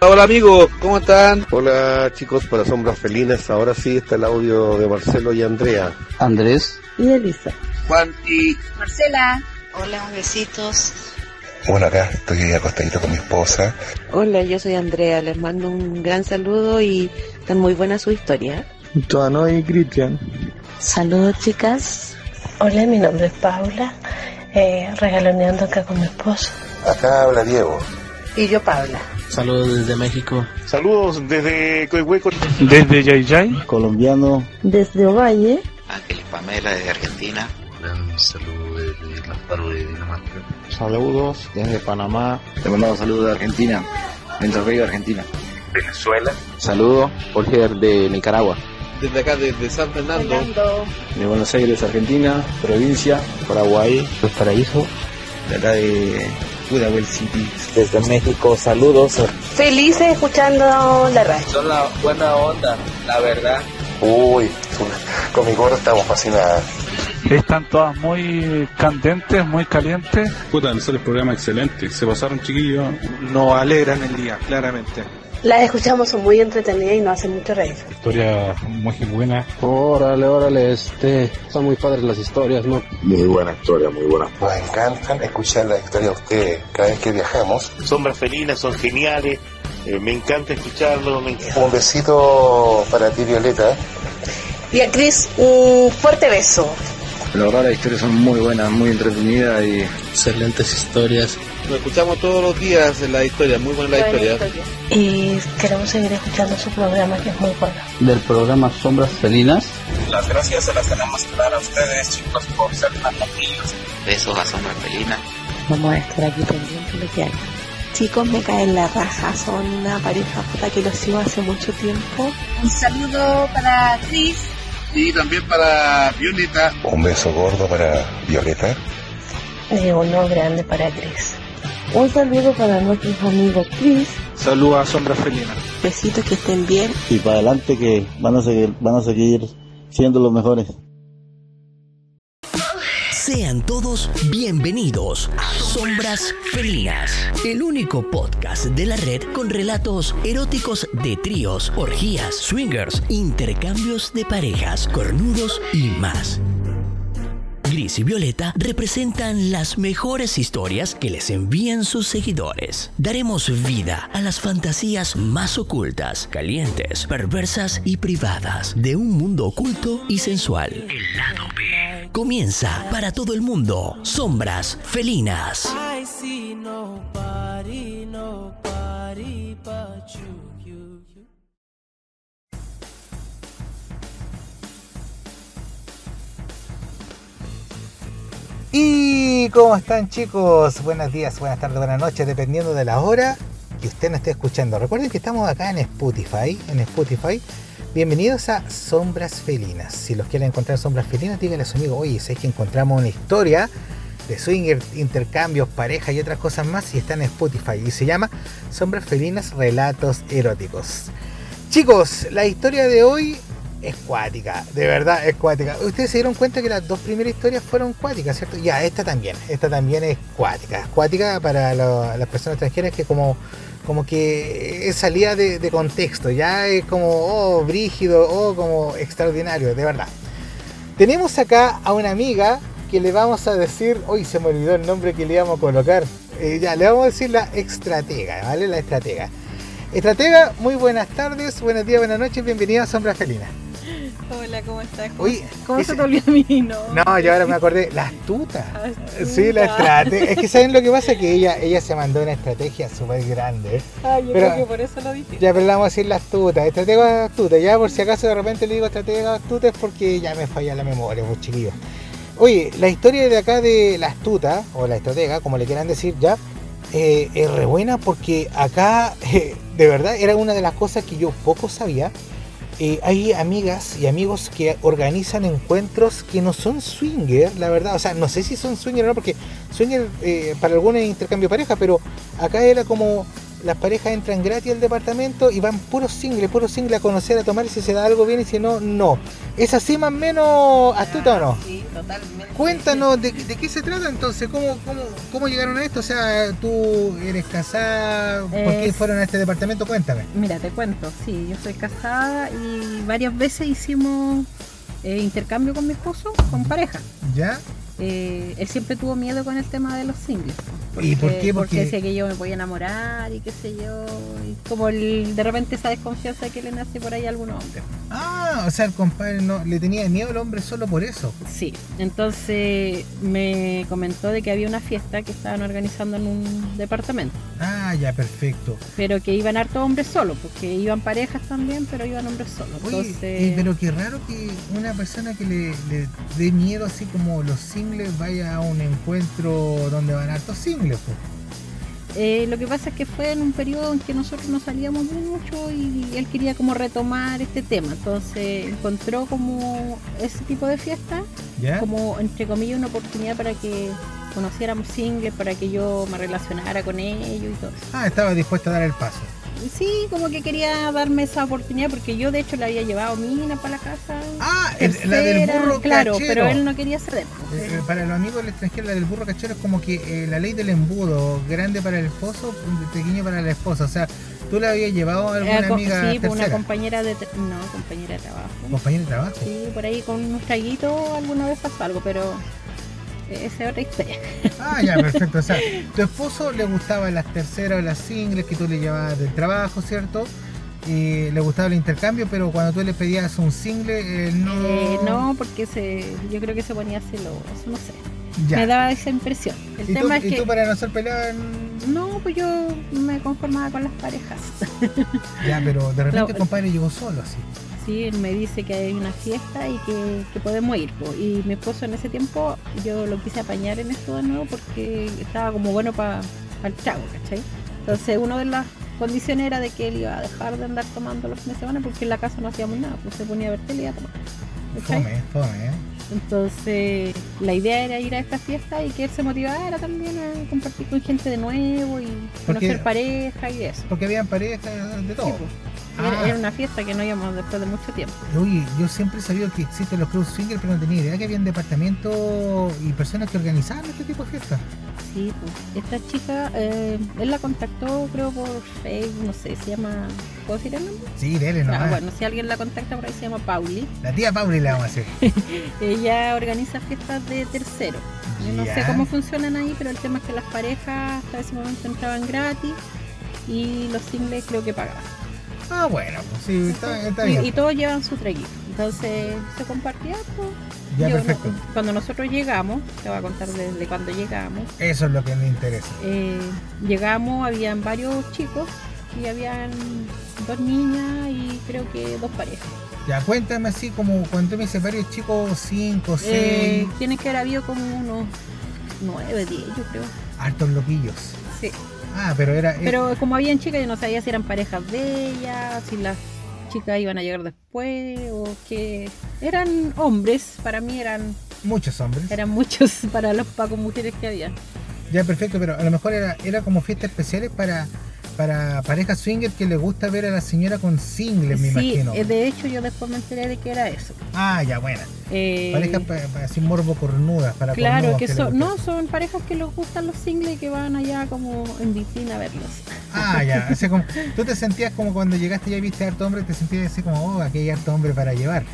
Hola amigos, ¿cómo están? Hola chicos, para Sombras Felinas, ahora sí está el audio de Marcelo y Andrea. Andrés. Y Elisa. Juan y... Marcela. Hola, un besitos. Bueno, acá estoy acostadito con mi esposa. Hola, yo soy Andrea, les mando un gran saludo y están muy buena su historia. Toano y Cristian. Saludos chicas. Hola, mi nombre es Paula, eh, regaloneando acá con mi esposo. Acá habla Diego. Y yo Paula. Saludos desde México. Saludos desde Coihueco. Desde Yayay. Colombiano. Desde Ovalle. Ángeles Pamela desde Argentina. Un saludo desde Lamparo de Dinamarca. Saludos desde Panamá. Te mandamos saludos de Argentina. Entre Río, Argentina. Venezuela. Saludos, Jorge de Nicaragua. Desde acá, desde San Fernando. Fernando. De Buenos Aires, Argentina. Provincia. Paraguay. Los Paraíso. De acá de Pudahuel City. Desde México, saludos. Felices escuchando la radio. Son la buena onda, la verdad. Uy, con mi gorro estamos fascinadas. Están todas muy candentes, muy calientes. Puta, les sale el programa excelente. Se pasaron chiquillos. Nos alegran el día, claramente. Las escuchamos, son muy entretenidas y nos hacen mucho reír. Historia muy buena. Órale, órale, este. Son muy padres las historias, ¿no? Muy buena historia, muy buena. Nos encantan escuchar las historias de ustedes cada vez que viajamos. Sombras felinas, son geniales. Eh, me encanta escucharlo. Me encanta. Un besito para ti, Violeta. Y a Cris, un fuerte beso. La verdad, las historias son muy buenas, muy entretenidas y. Excelentes historias. Lo escuchamos todos los días en la historia, muy buena la historia. Y queremos seguir escuchando su programa que es muy bueno. Del programa Sombras Felinas. Las gracias se las tenemos que dar a ustedes, chicos, por ser tan amigos. Besos a Sombras Felinas. Vamos a estar aquí pendientes de lo que hagan. Chicos, me caen la raja, son una pareja puta que los sigo hace mucho tiempo. Un saludo para Cris. Y también para Violeta. Un beso gordo para Violeta. Y uno grande para Cris. Un saludo para nuestros amigos Chris. Saludos a Sombra Felina. Besitos que estén bien. Y para adelante que van a seguir, van a seguir siendo los mejores. Sean todos bienvenidos a Sombras Felinas, el único podcast de la red con relatos eróticos de tríos, orgías, swingers, intercambios de parejas, cornudos y más. Gris y Violeta representan las mejores historias que les envían sus seguidores. Daremos vida a las fantasías más ocultas, calientes, perversas y privadas de un mundo oculto y sensual. El lado B. Comienza para todo el mundo. Sombras felinas. ¿Y cómo están chicos? Buenos días, buenas tardes, buenas noches, dependiendo de la hora que usted nos esté escuchando. Recuerden que estamos acá en Spotify, en Spotify. Bienvenidos a Sombras Felinas. Si los quieren encontrar Sombras Felinas, díganle a su amigo, oye, sé que encontramos una historia de swinger, intercambios, pareja y otras cosas más y está en Spotify y se llama Sombras Felinas Relatos Eróticos. Chicos, la historia de hoy es cuática, de verdad es cuática. Ustedes se dieron cuenta que las dos primeras historias fueron cuáticas, ¿cierto? Ya, esta también, esta también es cuática. Cuática para lo, las personas extranjeras que como, como que es salida de, de, contexto, ya es como, oh, brígido, oh, como extraordinario, de verdad. Tenemos acá a una amiga que le vamos a decir, hoy se me olvidó el nombre que le íbamos a colocar, eh, ya, le vamos a decir la estratega, ¿vale? La estratega. Estratega, muy buenas tardes, buenos días, buenas noches, bienvenida a Sombra Felina. Hola, ¿cómo estás? ¿Cómo, Uy, ¿cómo ese, se te olvidó mi nombre? No, yo ahora me acordé, la astuta. astuta. Sí, la estrategia. Es que saben lo que pasa que ella, ella se mandó una estrategia súper grande. Ah, yo pero, creo que por eso lo dije. Ya, pero le vamos a decir la astuta, estratega astuta. Ya por si acaso de repente le digo estratega astuta es porque ya me falla la memoria, pues chiquillos. Oye, la historia de acá de la astuta, o la estratega, como le quieran decir ya, eh, es re buena porque acá, eh, de verdad, era una de las cosas que yo poco sabía. Eh, hay amigas y amigos que organizan encuentros que no son swinger, la verdad. O sea, no sé si son swinger o no, porque swinger eh, para algunos es intercambio de pareja, pero acá era como Las parejas entran gratis al departamento y van puro single, puro single a conocer, a tomar. Si se da algo bien y si no, no. ¿Es así más o menos astuta o no? Sí, totalmente. Cuéntanos de, de qué se trata entonces, ¿Cómo, cómo, cómo llegaron a esto. O sea, tú eres casada, ¿por qué Es- fueron a este departamento? Cuéntame. Mira, te cuento, sí, yo soy casada y varias veces hicimos eh, intercambio con mi esposo, con pareja. ¿Ya? Eh, él siempre tuvo miedo con el tema de los singles. ¿Y por qué? Porque, Porque- decía que yo me voy a enamorar y qué sé yo. Y como el- de repente esa desconfianza que le nace por ahí a algunos hombres. Ah, o sea, el compadre no, le tenía miedo al hombre solo por eso. Sí, entonces me comentó de que había una fiesta que estaban organizando en un departamento, Ah, ya, perfecto. pero que iban hartos hombres solos, porque iban parejas también, pero iban hombres solos. Oye, Entonces, eh, pero qué raro que una persona que le, le dé miedo así como los singles vaya a un encuentro donde van hartos singles. po. eh, lo que pasa es que fue en un periodo en que nosotros no salíamos muy mucho y él quería como retomar este tema, entonces encontró como ese tipo de fiesta, ¿Ya? como entre comillas una oportunidad para que conociéramos singles, para que yo me relacionara con ellos y todo eso. Ah, estaba dispuesta a dar el paso. Sí, como que quería darme esa oportunidad porque yo de hecho le había llevado mina para la casa. Ah, el- la del burro Claro, cachero. pero él no quería ceder. pues, Eh, eh, para los amigos del extranjero, la del burro cachero es como que eh, la ley del embudo, grande para el esposo, pequeño para la esposa. O sea, tú la habías llevado a alguna Era Eh, co- amiga sí, por una tercera, compañera de tra- no, compañera de trabajo. compañera de trabajo. Sí, por ahí con unos traguitos alguna vez pasó algo, pero eh, esa es otra historia. Ah, ya, perfecto. O sea, tu esposo le gustaban las terceras o las singles que tú le llevabas del trabajo, ¿cierto? Y le gustaba el intercambio, pero cuando tú le pedías un single, él no. Eh, no, porque se, yo creo que se ponía celoso, no sé. Ya. Me daba esa impresión. El ¿Y, tú, tema es y que tú para no ser peleado, no, pues yo me conformaba con las parejas. Ya, pero de repente No. el compadre llegó solo así. Sí, él me dice que hay una fiesta y que, que podemos ir. po. Y mi esposo en ese tiempo yo lo quise apañar en esto de nuevo porque estaba como bueno para el trago, ¿cachai? Entonces una de las condiciones era de que él iba a dejar de andar tomando los fines de semana porque en la casa no hacíamos nada, pues se ponía a ver tele y a tomar. ¿cachai? Fome, fome, ¿eh? Entonces la idea era ir a esta fiesta y que él se motivara también a compartir con gente de nuevo y Porque- conocer pareja y eso. Porque habían parejas de todo. pues. Era, Ah. era una fiesta que no íbamos después de mucho tiempo. Oye, yo siempre he sabido que existen los clubs singles, pero no tenía idea que habían departamentos y personas que organizaban este tipo de fiestas. Sí, pues. Esta chica, eh, él la contactó, creo, por Facebook, no sé, se llama. ¿Puedo decir el nombre? Sí, dele nomás. Ah, bueno, si alguien la contacta por ahí se llama Pauli. La tía Pauli la vamos a hacer. Ella organiza fiestas de terceros. Yo no Ya. sé cómo funcionan ahí, pero el tema es que las parejas hasta ese momento entraban gratis y los singles creo que pagaban. Ah, bueno, pues sí, está, está Y, bien. y todos llevan su traguito. Entonces se compartía pues. Ya, Yo no- perfecto. cuando nosotros llegamos, te voy a contar desde cuando llegamos. Eso es lo que me interesa. Eh, llegamos, habían varios chicos y habían dos niñas y creo que dos parejas. Ya, cuéntame así como cuando tú me dices varios chicos, cinco, seis, Eh, tiene que haber habido como unos nueve, diez, yo creo. hartos loquillos. Sí. Ah, pero era... eh, Pero como habían chicas, yo no sabía si eran parejas de ellas, si las chicas iban a llegar después o que eran hombres, para mí eran Muchos hombres. eran muchos para los pacos mujeres que había. Ya, perfecto, pero a lo mejor era, era como fiestas especiales para, para parejas swinger que les gusta ver a la señora con singles, me sí, imagino. eh, de hecho yo después me enteré de que era eso. Ah, ya, buena. Eh, Parejas pa- pa- así morbo cornudas para Claro, cornudos que les son, gusta no, eso. son parejas que les gustan los singles y que van allá como en vitrina a verlos. Ah, ya. o sea, como- tú te sentías como cuando llegaste y ya viste harto hombre, te sentías así como, oh, aquí hay harto hombre para llevar.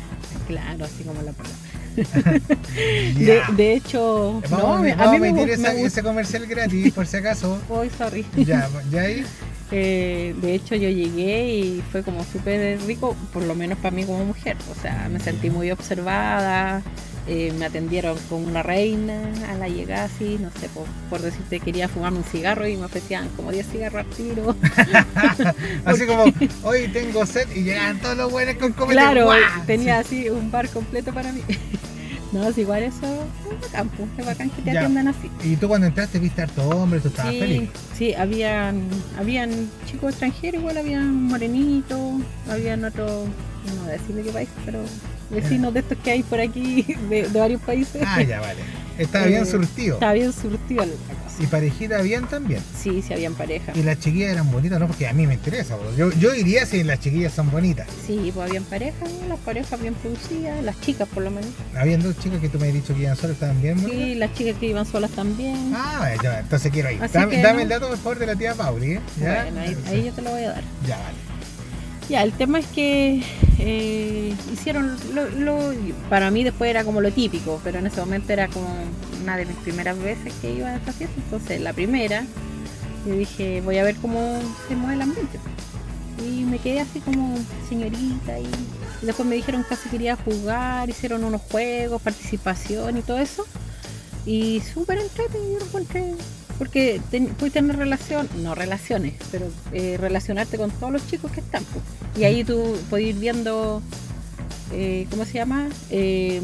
Claro, así como la palabra. Ya. Eh, De, de hecho, Vamos, no, a- a mí- vamos a mí a me, meter gu- esa- me gusta. ese comercial gratis, por si acaso. Voy, sorry. Ya, ya ahí. Eh, de hecho, yo llegué y fue como súper rico, por lo menos para mí como mujer. O sea, me sentí muy observada, eh, me atendieron como una reina a la llegada, así, no sé, por, por decirte quería fumarme un cigarro y me ofrecían como 10 cigarros al tiro. Así como, hoy tengo sed y llegan todos los buenos con comida. Claro, ¡Guau! tenía así un bar completo para mí. No, es igual eso es bacán, pues, es bacán que te Ya. atiendan así. Y tú cuando entraste viste harto hombre, tú estabas Sí, feliz. sí, habían, habían chicos extranjeros, igual habían morenitos, habían otros, no voy a decir de qué país, pero vecinos de estos que hay por aquí, de, de varios países. Ah, ya, vale. Estaba bien Eh, surtido. Estaba bien surtido la cosa. Y parejita habían también. Sí, sí, habían pareja. Y las chiquillas eran bonitas, no, porque a mí me interesa. bro. Yo, yo diría si las chiquillas son bonitas. Sí, pues habían pareja, las parejas bien producidas, las chicas por lo menos. Habían dos chicas que tú me has dicho que iban solas, estaban bien bonitas. Sí, las chicas que iban solas también. Ah, ya, entonces quiero ir. Así Dame, que dame no. el dato, por favor, de la tía Pauli. ¿eh? ¿Ya? Bueno, ahí, ahí yo te lo voy a dar. Ya, vale. Ya, el tema es que eh, hicieron lo, lo- Para mí después era como lo típico, pero en ese momento era como una de mis primeras veces que iba a esta fiesta. Entonces, la primera, yo dije, voy a ver cómo se mueve el ambiente. Y me quedé así como señorita y, y después me dijeron que si quería jugar, hicieron unos juegos, participación y todo eso. Y súper entretenido lo encontré. Porque ten- puedes tener relación, no relaciones, pero eh, relacionarte con todos los chicos que están. pues. Y ahí tú puedes ir viendo, eh, ¿cómo se llama? Eh,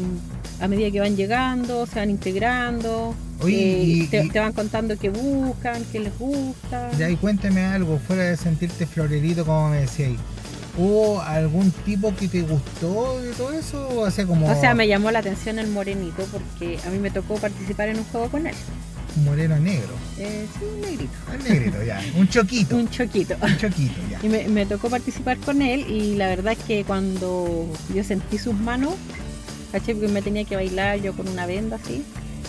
a medida que van llegando, se van integrando, Oye, eh, y- te, y- te van contando qué buscan, qué les gusta. Ya, y cuéntame algo, fuera de sentirte florerito, como me decía ahí. ¿Hubo algún tipo que te gustó de todo eso? O sea, como O sea, me llamó la atención el morenito porque a mí me tocó participar en un juego con él. moreno negro. Eh, sí, un negrito. Un negrito, ya. Un choquito. Un choquito. Un choquito, ya. Y me, me tocó participar con él y la verdad es que cuando yo sentí sus manos, caché porque me tenía que bailar yo con una venda así,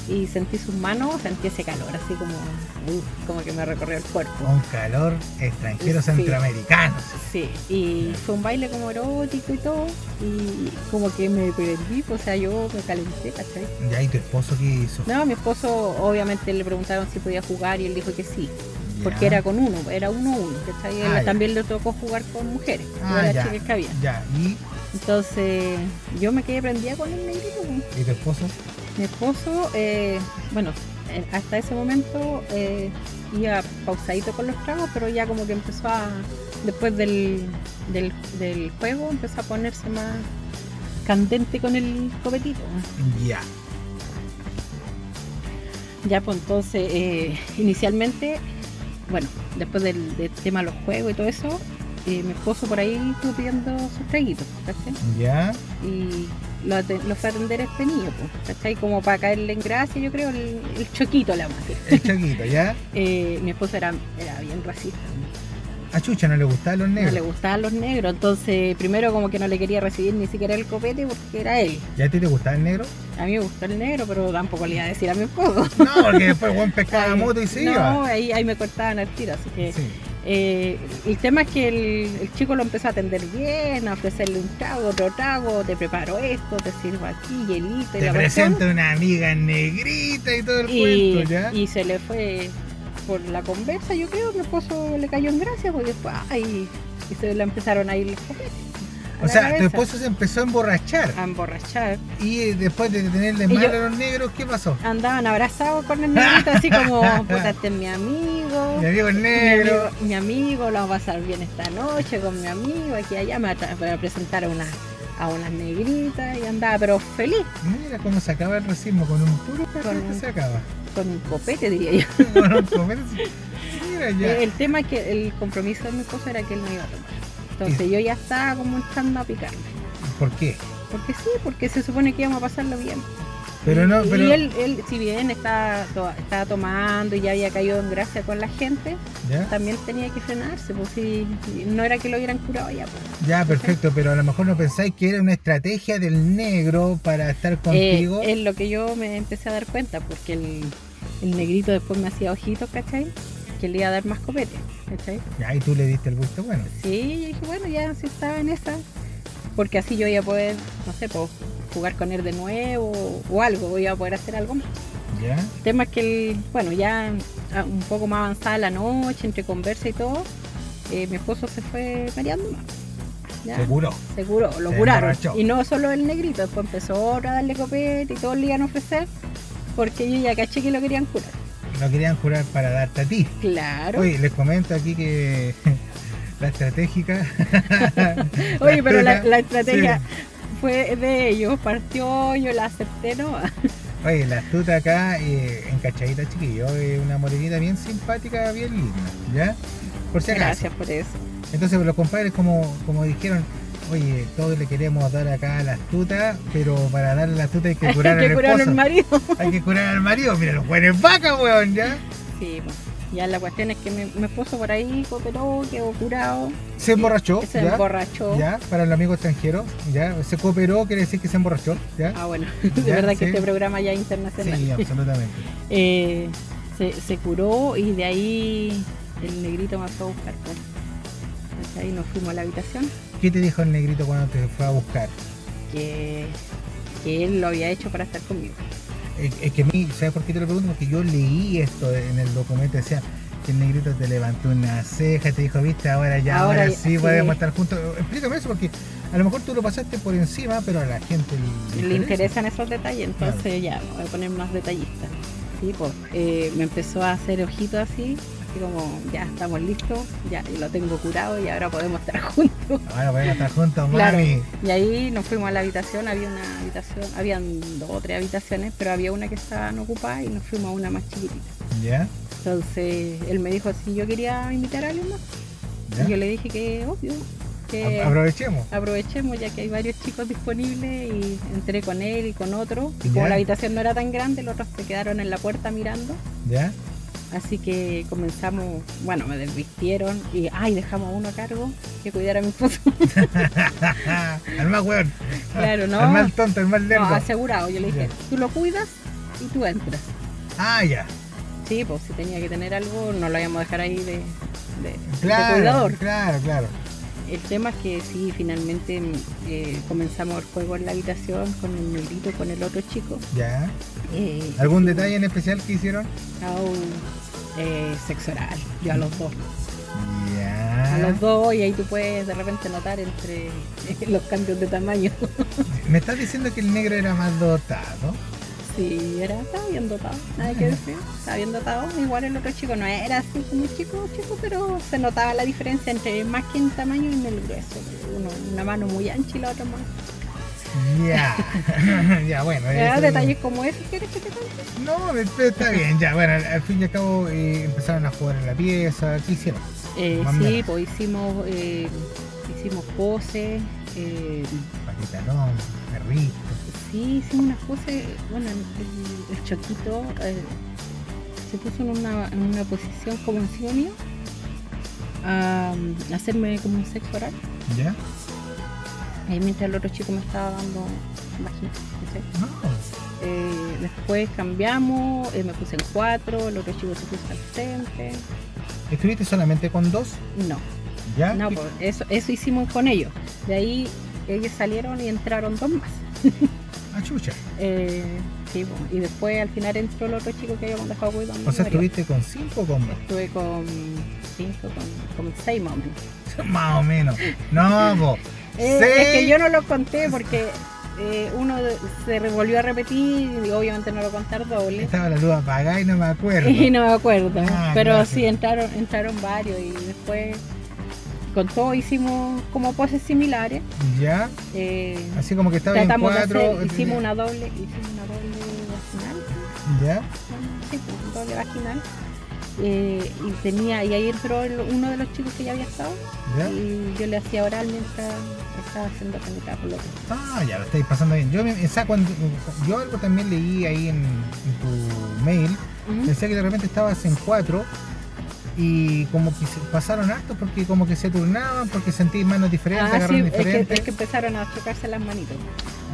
y sentí sus manos, sentí ese calor así como, uf, como que me recorrió el cuerpo. Un calor extranjero Sí. centroamericano. Sí, y fue un baile como erótico y todo, y como que me prendí, o sea, yo me calenté, ¿cachai? Ya, ¿y tu esposo qué hizo? No, a mi esposo obviamente le preguntaron si podía jugar y él dijo que sí. Ya. Porque era con uno, era uno uno, ¿cachai? Ah, Él ya. también le tocó jugar con mujeres, Ah, no las ya. chicas que había. Ya, ¿y, Entonces, yo me quedé prendida con el negrito. pues. y tu esposo? Mi esposo, eh, bueno, eh, hasta ese momento eh, iba pausadito con los tragos, pero ya como que empezó a, después del, del, del juego, empezó a ponerse más candente con el copetito. pues. Ya. Ya, pues entonces, eh, inicialmente, bueno, después del, del tema de los juegos y todo eso, eh, mi esposo por ahí estuvo pidiendo sus traguitos, ¿cachai? Ya. y lo, ate- lo fue a atender este niño, pues, ¿cachai? Como para caerle en gracia, yo creo, el, el choquito la más. El choquito, ya. Eh, mi esposo era, era bien racista, ¿no? A Chucha no le gustaban los no negros. le gustaban los negros, entonces primero como que no le quería recibir ni siquiera el copete porque era él. ¿Ya a ti te gustaba el negro? A mí me gustó el negro, pero tampoco le iba a decir a mi esposo. No, porque después buen pescado moto y se No, iba. ahí, ahí me cortaban al tiro, así que... eh, el tema es que el, el chico lo empezó a atender bien, a ofrecerle un trago, otro trago, te preparo esto, te sirvo aquí, hielito y Te la cuestión. presento una amiga negrita y todo el y, cuento, ¿ya? y se le fue por la conversa, yo creo, mi esposo le cayó en gracia porque después, ay, y se le empezaron a ir los copetes a o la sea, tu cabeza, esposo se empezó a emborrachar. a emborrachar. Y eh, después de tenerle Y mal yo- a los negros, ¿qué pasó? Andaban abrazados con el negrito, así como, puta, este es mi amigo. Mi amigo el mi negro. amigo- Mi amigo, lo va a pasar bien esta noche con mi amigo, aquí y allá, me va a tra- para presentar a una a unas negritas y andaba pero feliz Mira cómo se acaba el racismo con un puro un- copete se acaba. con un copete diría yo Con un copete se- Mira ya. Eh, El tema es que el compromiso de mi esposo era que él no iba a tomar. Entonces yo ya estaba como entrando a picarme. ¿Por qué? Porque sí, porque se supone que íbamos a pasarlo bien. Pero no, pero Y él, él, si bien estaba, to- estaba tomando y ya había caído en gracia con la gente, ¿Ya? también tenía que frenarse, pues si no era que lo hubieran curado ya. pues. ya perfecto, pero a lo mejor no pensáis que era una estrategia del negro para estar contigo. Eh, es lo que yo me empecé a dar cuenta, porque el, el negrito después me hacía ojitos, ¿cachai? Que le iba a dar más copete, ¿cachai? Ya, y tú le diste el gusto bueno. Sí, yo dije, bueno, ya si estaba en esa, porque así yo iba a poder, no sé, po, jugar con él de nuevo o algo, iba a poder hacer algo más. ¿Ya? El tema es que, el- bueno, ya ah, un poco más avanzada la noche, entre conversa y todo, eh, mi esposo se fue mareando más. ¿ya? Se curó. Se curó, lo Se curaron. emborrachó. Y no solo el negrito, después empezó otro a darle copete y todos le iban a ofrecer, porque yo ya caché que lo querían curar. Lo querían curar para darte a ti. Claro. Oye, les comento aquí que la estratégica. Oye, pero la, la Sí. estrategia fue de ellos, partió, yo la acepté, ¿no? Oye, la astuta acá, eh, encachadita chiquillo, es una morenita bien simpática, bien linda, ¿ya? Por si acaso. Gracias por eso. Entonces los compadres como, como dijeron, Oye, todos le queremos dar acá a la astuta, pero para darle a la astuta hay que Hay curar que al curar al esposo. marido. Hay que curar al marido. Mira, los buenos vacas, weón, ya. Sí, pues. Ya la cuestión es que mi, mi esposo por ahí cooperó, quedó curado. Se emborrachó. Se ¿ya? emborrachó. Ya, para el amigo extranjero. Ya, se cooperó, quiere decir que se emborrachó. ¿ya? Ah, bueno. De Ya, verdad sí. que este programa ya es internacional. Sí, absolutamente. Eh, se, se curó y de ahí el negrito me fue a buscar. Pues. Ahí nos fuimos a la habitación. ¿Qué te dijo el negrito cuando te fue a buscar? que, que él lo había hecho para estar conmigo. Es que a mí, ¿sabes por qué te lo pregunto? Porque yo leí esto en el documento, decía que el negrito te levantó una ceja y te dijo, viste, ahora ya, ahora, Ahora ya, sí sí. podemos estar juntos. Explícame eso porque a lo mejor tú lo pasaste por encima, pero a la gente le, Le interesan esos detalles, entonces ya, me voy a poner más detallista. Sí, pues, eh, me empezó a hacer ojitos así, así como, ya estamos listos, ya lo tengo curado y ahora podemos estar juntos. Ahora podemos estar juntos, Claro. mami. Y ahí nos fuimos a la habitación, había una habitación, habían dos o tres habitaciones, pero había una que estaban ocupada y nos fuimos a una más chiquitita. ¿Ya? Entonces él me dijo si yo quería invitar a alguien más. ¿Ya? Y yo le dije que obvio. Que A- aprovechemos. Aprovechemos ya que hay varios chicos disponibles y entré con él y con otro. ¿Ya? Como la habitación no era tan grande, los otros se quedaron en la puerta mirando. ¿Ya? Así que comenzamos, bueno, me desvistieron y ay, dejamos a uno a cargo que cuidara a mi esposo. Al más weón. Claro, ¿no? Al más tonto, al más No, lerdo. asegurado, yo le dije, Ya. tú lo cuidas y tú entras. Ah, ya. Sí, pues si tenía que tener algo, no lo íbamos a dejar ahí de, de- de Claro, cuidador. claro, claro. El tema es que sí, finalmente eh, comenzamos el juego en la habitación con el negrito, con el otro chico. ¿Ya? Eh, ¿Algún detalle en especial que hicieron? Au, eh, sexo oral, yo a los dos. Ya. A los dos, y ahí tú puedes de repente notar entre los cambios de tamaño. Me estás diciendo que el negro era más dotado. sí, era, estaba bien dotado, nada que decir, estaba bien dotado. Igual el otro chico no era así como un chico, chico, pero se notaba la diferencia entre más que en tamaño y en el grueso. Uno, una mano muy ancha y la otra más. Ya. ya, bueno. Era eso- Ah, detalles como ese quieres que te cuente? No, pero está bien, ya. Bueno, al- al fin y al cabo eh, empezaron a jugar en la pieza. ¿Qué hicieron? Eh, Más o sí, menos. pues hicimos, eh, hicimos poses, eh, Patita, no, perrito. sí, hicimos unas poses, bueno, el, el choquito eh, se puso en una, en una posición como encima mío, a a hacerme como un sexo oral, ¿Ya? ahí mientras el otro chico me estaba dando vagina, ¿cachai? Eh, después cambiamos, eh, me puse en cuatro, el otro chico se puso al frente, ¿Estuviste solamente con dos? no. ¿Ya? No, pues, eso, eso hicimos con ellos. De ahí ellos salieron y entraron dos más. Ah, chucha. Eh, sí, pues, y después al final entró el otro chico que habíamos dejado cuidando. O sea, Mario. ¿estuviste con cinco o con más? Estuve con cinco, con, con seis más o menos. Más o menos. No, po. Eh, Seis. Es que yo no lo conté porque eh, uno de- se volvió a repetir y obviamente no lo contar doble. Estaba la luz apagada y no me acuerdo. Y no me acuerdo. Ah, pero gracias. sí, entraron, entraron varios y después con todo hicimos como poses similares. ¿Ya? Eh, Así como que estaba en Tratamos de cuatro. eh, hacer- hicimos una doble, hicimos una doble vaginal, sí, ¿Ya? sí, pues, una doble vaginal. Eh, y tenía, y ahí entró el- uno de los chicos que ya había estado. ¿Ya? Y yo le hacía oral mientras estaba haciendo canetada por lo otro. Ah, ya lo estáis pasando bien. Yo, me- o sea, cuando, yo algo también leí ahí en, en tu mail. Ujú. Decía que de repente estabas en cuatro y como que se- pasaron hartos porque como que se turnaban, porque sentí manos diferentes, Ah, sí, agarran es que, diferentes. es que empezaron a chocarse las manitos.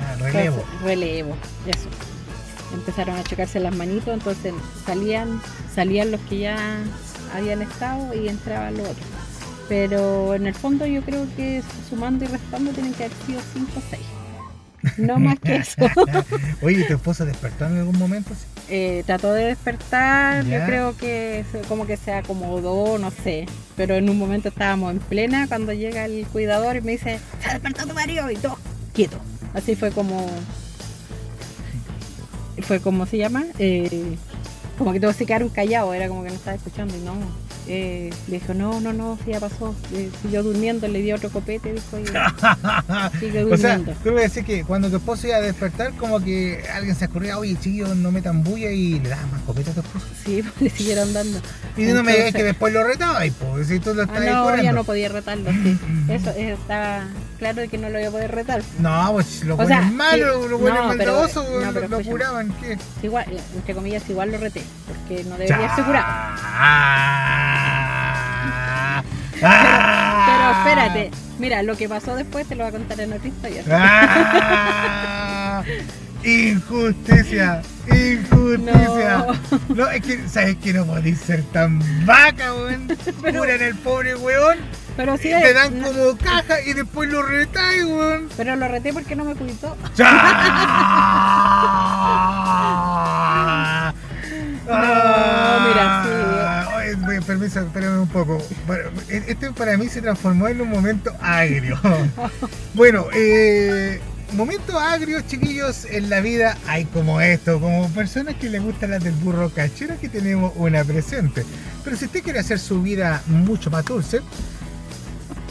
Ah, relevo. Entonces, relevo, eso. Empezaron a chocarse las manitos, entonces salían, salían los que ya habían estado y entraban los otros. Pero en el fondo yo creo que sumando y restando tienen que haber sido 5 o 6. No más que eso. Oye, ¿y ¿tu esposa despertó en algún momento? Sí. Eh, trató de despertar, Ya. yo creo que se- como que se acomodó, no sé. Pero en un momento estábamos en plena cuando llega el cuidador y me dice, se ha despertado tu marido y todo, quieto. Así fue como... Fue como se llama, eh, como que todos se quedaron callados, era como que no estaba escuchando y no, eh, le dijo, no, no, no, si ya pasó. Eh, siguió durmiendo, le dio otro copete, dijo, y siguió O sea, durmiendo. tú me decís que cuando tu esposo iba a despertar, como que alguien se escurría, oye chiquillo, no metan bulla y le das más copete a tu esposo. Sí, le siguieron dando. Y no me digas Entonces- que después lo retabas, pues si tú lo Ah, estás no, curando. ya no podía retarlo, sí. Eso eh, estaba claro que no lo iba a poder retar. No, pues lo O bueno sea, es malo, sí, lo bueno no, es pero- maldoso, no, weón, pero lo escúchame. curaban, ¿qué? Igual, eh, entre comillas, igual lo reté, porque no debería ser curado. Ah. Pero espérate, mira, lo que pasó después te lo voy a contar en otra historia. Ah, Injusticia, injusticia. No. es que, ¿sabes que no podéis ser tan vaca, weón? Curan el pobre weón. Pero sí, y te dan no- como caja y después lo retáis, weón. Pero lo reté porque no me cuidó. Ah, mira, oye, oye, permiso, espérame un poco. Bueno, e- Este para mí se transformó en un momento agrio. Bueno, eh, momentos agrios, chiquillos, en la vida hay como esto, como personas que les gustan las del burro cachero que tenemos una presente. Pero si usted quiere hacer su vida mucho más dulce,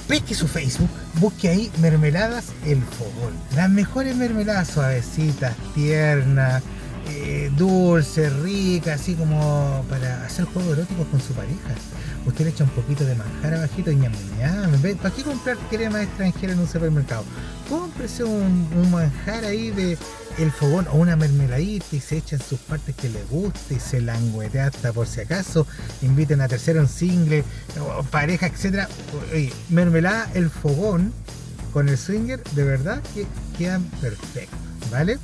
pesque su Facebook, busque ahí mermeladas el fogón. Las mejores mermeladas suavecitas, tiernas, eh, dulces, ricas, así como para hacer juegos eróticos con su pareja. Usted le echa un poquito de manjar abajito y ñam, ñam. Ve, ¿Para qué comprar crema extranjera en un supermercado? Cómprese un, un manjar ahí de el fogón o una mermeladita y se echa en sus partes que le guste y se languetea hasta por si acaso. Inviten a tercero un single, o pareja, etcétera. Oye, mermelada el fogón con el swinger, de verdad que quedan perfectos, ¿vale?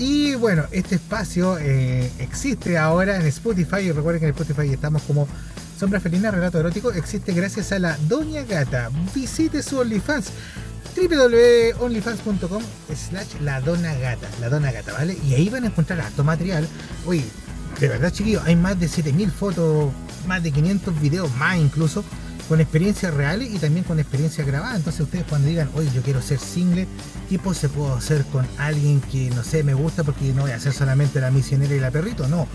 Y bueno, este espacio eh, existe ahora en Spotify. Y recuerden que en Spotify estamos como Sombra Felina, Relato Erótico. Existe gracias a la Doña Gata. Visite su OnlyFans www.onlyfans.com slash la dona gata, la dona gata, ¿vale? Y ahí van a encontrar harto material. Oye, de verdad, chiquillos, hay más de 7000 fotos, más de 500 videos más incluso, con experiencias reales y también con experiencias grabadas. Entonces, ustedes cuando digan, oye, yo quiero ser single, ¿qué se puedo hacer con alguien que no sé, me gusta? Porque no voy a hacer solamente la misionera y la perrito, no.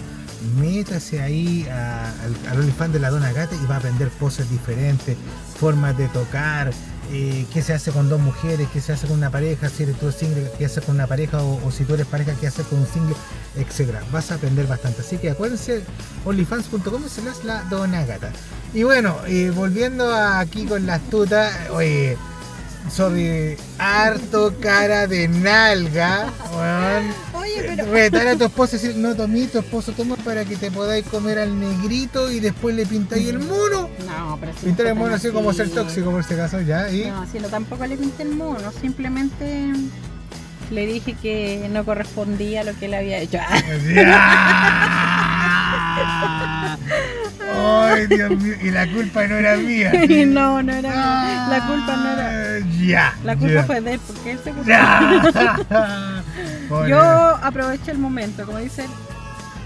Métase ahí a- al, al OnlyFans de la Dona Gata y va a aprender poses diferentes, formas de tocar, eh, qué se hace con dos mujeres, qué se hace con una pareja, si eres tú single, qué haces con una pareja o, o si tú eres pareja, qué haces con un single, etcétera. Vas a aprender bastante. Así que acuérdense, onlyfans.com es la dona gata. Y bueno, eh, volviendo aquí con la astuta, oye, sorry, harto cara de nalga, weón. Oye, pero- Retar a tu esposo y decir, no tomí, tu esposo toma para que te podáis comer al negrito y después le pintáis el mono. No, pero sí. Pintar el no mono así fue tan como ser así. tóxico por si acaso, ya, y... No, si no, tampoco le pinté el mono, simplemente le dije que no correspondía a lo que él había hecho. Ay, Dios mío, y la culpa no era mía. no, no era. la culpa no era. Ya. La culpa ya. fue de él, porque él se puso- Ya. Pobre. Yo aprovecho el momento, como dicen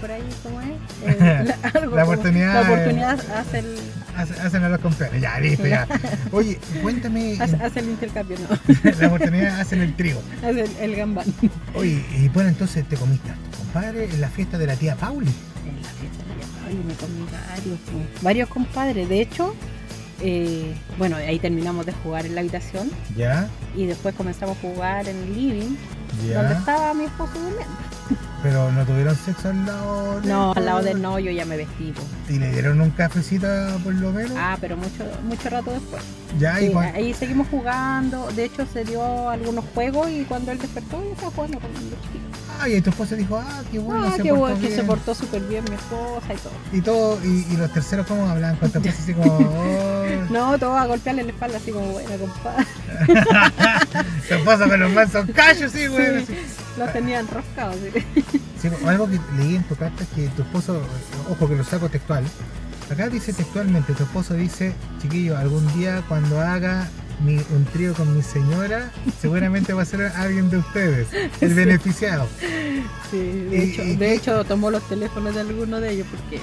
por ahí, ¿cómo es? Eh, algo La como- oportunidad, La eh, oportunidad hace el, Hace- Hacen a los compadres, ya, listo, ya. Oye, cuéntame, hace, hace el intercambio, no. la oportunidad hacen el trigo. Hace el, el gambán. Oye, y bueno, entonces te comiste a tu compadre en la fiesta de la tía Pauli. Ay, me comí varios, po. varios compadres. De hecho, eh, bueno, ahí terminamos de jugar en la habitación Ya, y después comenzamos a jugar en el living, Ya. donde estaba mi esposo durmiendo. pero no tuvieron sexo al lado de No, al lado del no, yo ya me vestí. po. ¿Y le dieron un cafecito por lo menos? Ah, pero mucho, mucho rato después. Ya, Sí, y cuan- ahí seguimos jugando. De hecho, se dio algunos juegos y cuando él despertó, yo estaba jugando con el chico. Ay, y tu esposa dijo, ah, qué bueno, Ah, se qué portó bueno, que se bien. portó súper bien mi esposa y todo. Y todo, y, y los terceros cómo hablaban con tu esposa así como, oh, No, todo a golpearle la espalda así como, bueno, compadre. tu esposa con los mansos callos, sí, güey. Sí, los tenían enroscados. Sí, algo que leí en tu carta es que tu esposo, ojo que lo saco textual, acá dice textualmente, tu esposo dice, chiquillo, algún día cuando haga mi- un trío con mi señora, seguramente va a ser alguien de ustedes, el Sí. beneficiado. Sí, de, hecho, de hecho tomó los teléfonos de alguno de ellos porque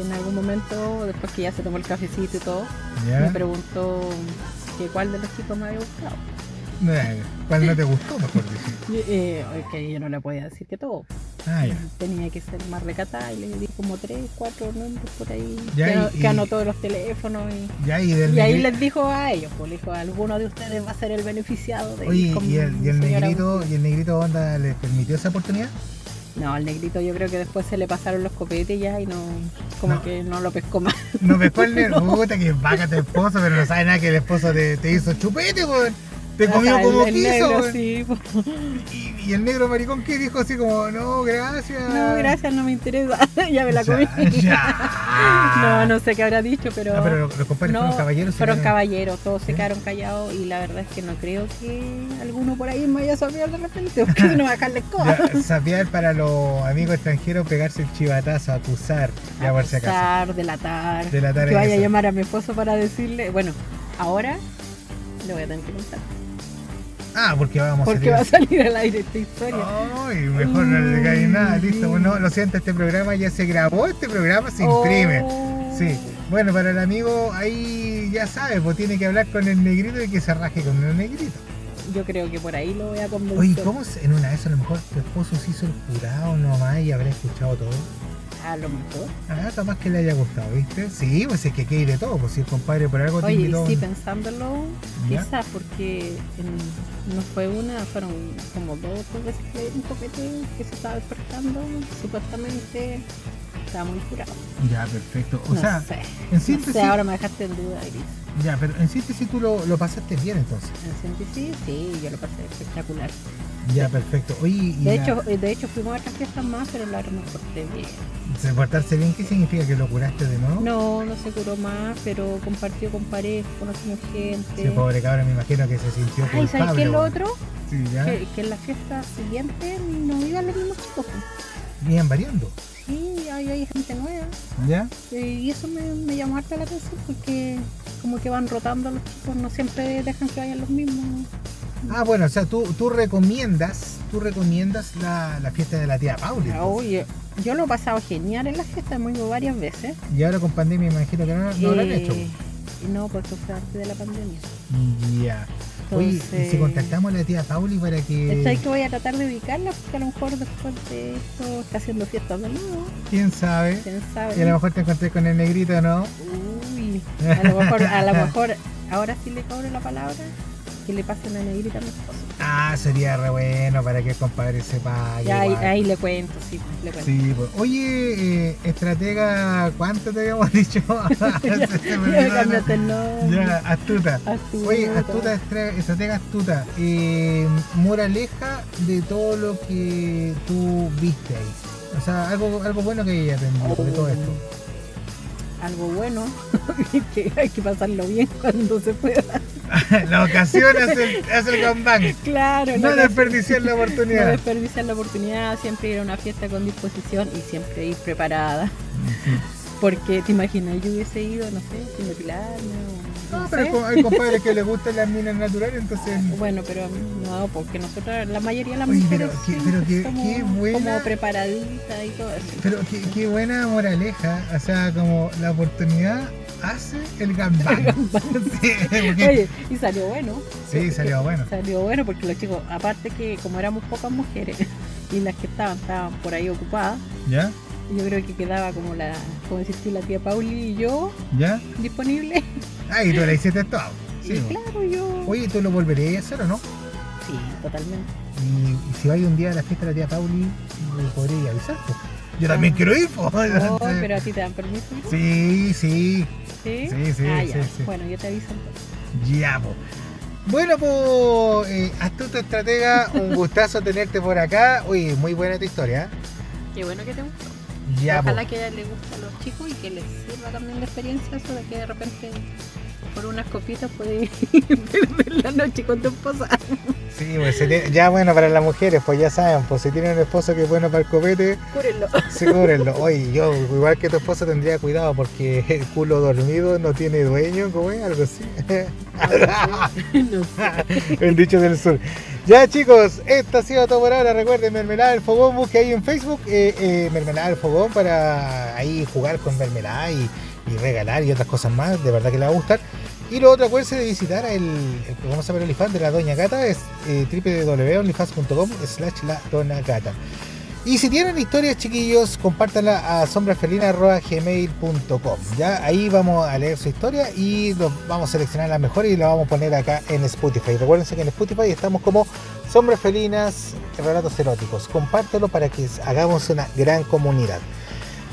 en algún momento, después que ya se tomó el cafecito y todo, Ya. me preguntó que cuál de los chicos me había buscado. Eh, ¿Cuál no te gustó, mejor dicho? Y, eh, que yo no le podía decir que todo. Ah, ya. Tenía que ser más recatada y le di como tres, cuatro nombres por ahí. Ya, que, y- ano- que y- anotó los teléfonos. Y, Ya, y del ahí negri- les dijo a ellos, pues le dijo, alguno de ustedes va a ser el beneficiado de Oye, con ¿y el, y el señora negrito, ¿y el negrito onda le permitió esa oportunidad? No, al negrito yo creo que después se le pasaron los copetes ya y no, como que no lo pescó más. No pescó el negro. Puta que vaca tu esposo, pero no sabe nada que el esposo te, te hizo chupete, weón. Te O comió sea, el- como el quiso, negro, weón. sí, pues. po. Y el negro maricón que dijo así como, no, gracias. No, gracias, no me interesa. ya me la Ah. Ya, comí. ya. no, no sé qué habrá dicho, pero. No, pero los- los compadres fueron caballeros, se fueron quedaron- caballeros, todos se quedaron callados y la verdad es que no creo que alguno por ahí me vaya a saber de repente, porque no va a dejarle coja. Ya, sapear para los amigos extranjeros, pegarse el chivatazo, acusar, ya por si acaso. Acusar, delatar. Delatar que es vaya a eso. llamar a mi esposo para decirle. Bueno, ahora le voy a tener que contar. Ah, porque vamos Porque va a a salir. salir Mm. al aire esta historia. Oh, Ay, mejor no le cae nada, listo. Bueno, lo siento, este programa ya se grabó, este programa se imprime. Oh. Sí. Bueno, para el amigo ahí ya sabe, pues tiene que hablar con el negrito y que se raje con el negrito. Yo creo que por ahí lo voy a convencer. Oye, ¿cómo se- en una de esas a lo mejor tu esposo se hizo el jurado nomás y habrá escuchado todo? A lo mejor. Ah, capaz que le haya gustado, ¿viste? Sí, pues es que aquí hay de todo, pues si el compadre por algo te Oye, invitó a y sí, un- pensándolo, Ya. quizás porque en- no fue una, fueron como dos o tres veces que le dieron copete que se estaba despertando, supuestamente estaba muy curado. Ya, perfecto. O no sea, sé. en No síntesis, sé, ahora me dejaste en duda, Iris. ya, pero en síntesis tú lo, lo pasaste bien entonces. En síntesis, sí, yo lo pasé espectacular. Ya, perfecto. Oye, y De la- hecho, eh, de hecho, fuimos a otras fiestas más, pero la verdad me porté bien. ¿se portarse bien qué significa que lo curaste de nuevo? No, no se curó más, pero compartió con parejas, conocimos gente. Ese pobre cabrón, me imagino que se sintió Ay, culpable. ¿eh? ¿sabes qué es lo weón. otro? Sí, ya. Que, que en la fiesta siguiente no iban los mismos chicos. pues. Bien variando. Sí, hay, hay gente nueva. ¿Ya? Eh, Y eso me, me llamó harta la atención porque como que van rotando los chicos, no siempre dejan que vayan los mismos. Ah, bueno, o sea, tú, tú recomiendas, tú recomiendas la, la fiesta de la tía Pauli. Ah, entonces. Oye, yo lo he pasado genial en la fiesta, hemos ido varias veces. Y ahora con pandemia me imagino que Ah, no, no lo han Eh, hecho. No, porque fue antes de la pandemia. Ya. Oye, ¿y si entonces- contactamos a la tía Pauli para Estoy que... que voy a tratar de ubicarla porque a lo mejor después de esto está haciendo fiestas de nuevo. ¿Quién sabe? ¿Quién Y a lo sabe? mejor te encontré con el negrito, ¿no? Uy, a lo mejor, a lo mejor ahora sí le cobro la palabra que le pasen a negrita a mi esposo. Ah, sería re bueno para que el compadre sepa. Ya, ahí, igual. ahí le cuento, sí, le cuento. Sí, pues. Oye, eh, estratega, ¿cuánto te habíamos dicho? Se- se me olvidó, ¿no? cámbiate el nombre. Ya, astuta. Astuta. Oye, astuta, estra- estratega astuta. Eh, moraleja de todo lo que tú viste ahí. O sea, algo, algo bueno que ella aprendió de todo esto. Algo bueno, que hay que pasarlo bien cuando se pueda. la ocasión hace, el- hace el comeback. Claro, No la- desperdiciar la oportunidad. No desperdiciar la oportunidad, siempre ir a una fiesta con disposición y siempre ir preparada. Porque te imaginas, yo hubiese ido, no sé, sin depilarme o- No, no pero sé. co- hay compadres que les gustan las minas naturales, entonces. Bueno, pero a mí no, porque nosotras, la mayoría de las Oye, pero mujeres qué- sí, pero qué- como, qué buena- como preparadita y todo eso. Pero qué, qué buena moraleja, o sea, como la oportunidad hace el gambán. Sí, porque- Oye, y salió bueno. Sí, salió bueno. Salió bueno porque los chicos, aparte que como éramos pocas mujeres y las que estaban, estaban por ahí ocupadas, ¿Ya? yo creo que quedaba como la, como decís tú, la tía Pauli y yo ¿Ya? disponible. Ahí tú la hiciste todo. Sí, po. Claro, yo. Oye, ¿tú lo volverías a hacer o no? Sí, totalmente. Y, y si vais un día a la fiesta de la tía Pauli, me podría avisar. po. Yo también Ah. quiero ir, po. Oh, pero a ti te dan permiso. ¿no? Sí, sí. Sí, Sí, sí, Ah, sí, ya. sí. Bueno, yo te aviso entonces. Ya, po. Bueno, pues, astuto estratega, un gustazo tenerte por acá. Oye, muy buena tu historia. ¿eh? Qué bueno que te gustó. Ya, po. Ojalá que le guste a los chicos y que les sirva también la experiencia eso de que de repente por unas copitas puedes perder la noche con tu esposa. Sí, pues, se tiene- ya bueno para las mujeres, pues ya saben, pues si tienen un esposo que es bueno para el copete, Cúrenlo. sí, cúbrenlo. Oye, yo igual que tu esposa tendría cuidado porque el culo dormido no tiene dueño, como es, algo así. el dicho del sur. Ya chicos, esto ha sido todo por ahora. Recuerden Mermelada del Fogón, busque ahí en Facebook eh, eh, Mermelada del Fogón para ahí jugar con mermelada y, y regalar y otras cosas más. De verdad que les va a gustar. Y lo otro, acuérdense de visitar el, el programa Saber OnlyFans de la Doña Gata, es eh, www.onlyfans.com slash la Dona Gata. Y si tienen historias, chiquillos, compártanla a sombrasfelina.gmail.com. Ya ahí vamos a leer su historia y los vamos a seleccionar la mejor y la vamos a poner acá en Spotify. Recuérdense que en Spotify estamos como Sombras Felinas, Relatos Eróticos. Compártelo para que hagamos una gran comunidad.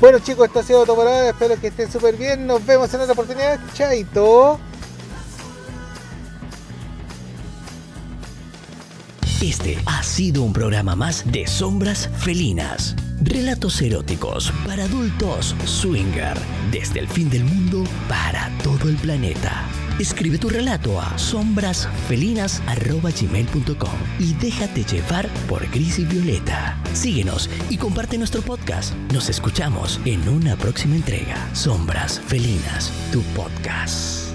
Bueno, chicos, esto ha sido todo por ahora. Espero que estén súper bien. Nos vemos en otra oportunidad. Chaito. Este ha sido un programa más de Sombras Felinas. Relatos eróticos para adultos swinger. Desde el fin del mundo para todo el planeta. Escribe tu relato a sombrasfelinas.com y déjate llevar por Gris y Violeta. Síguenos y comparte nuestro podcast. Nos escuchamos en una próxima entrega. Sombras Felinas, tu podcast.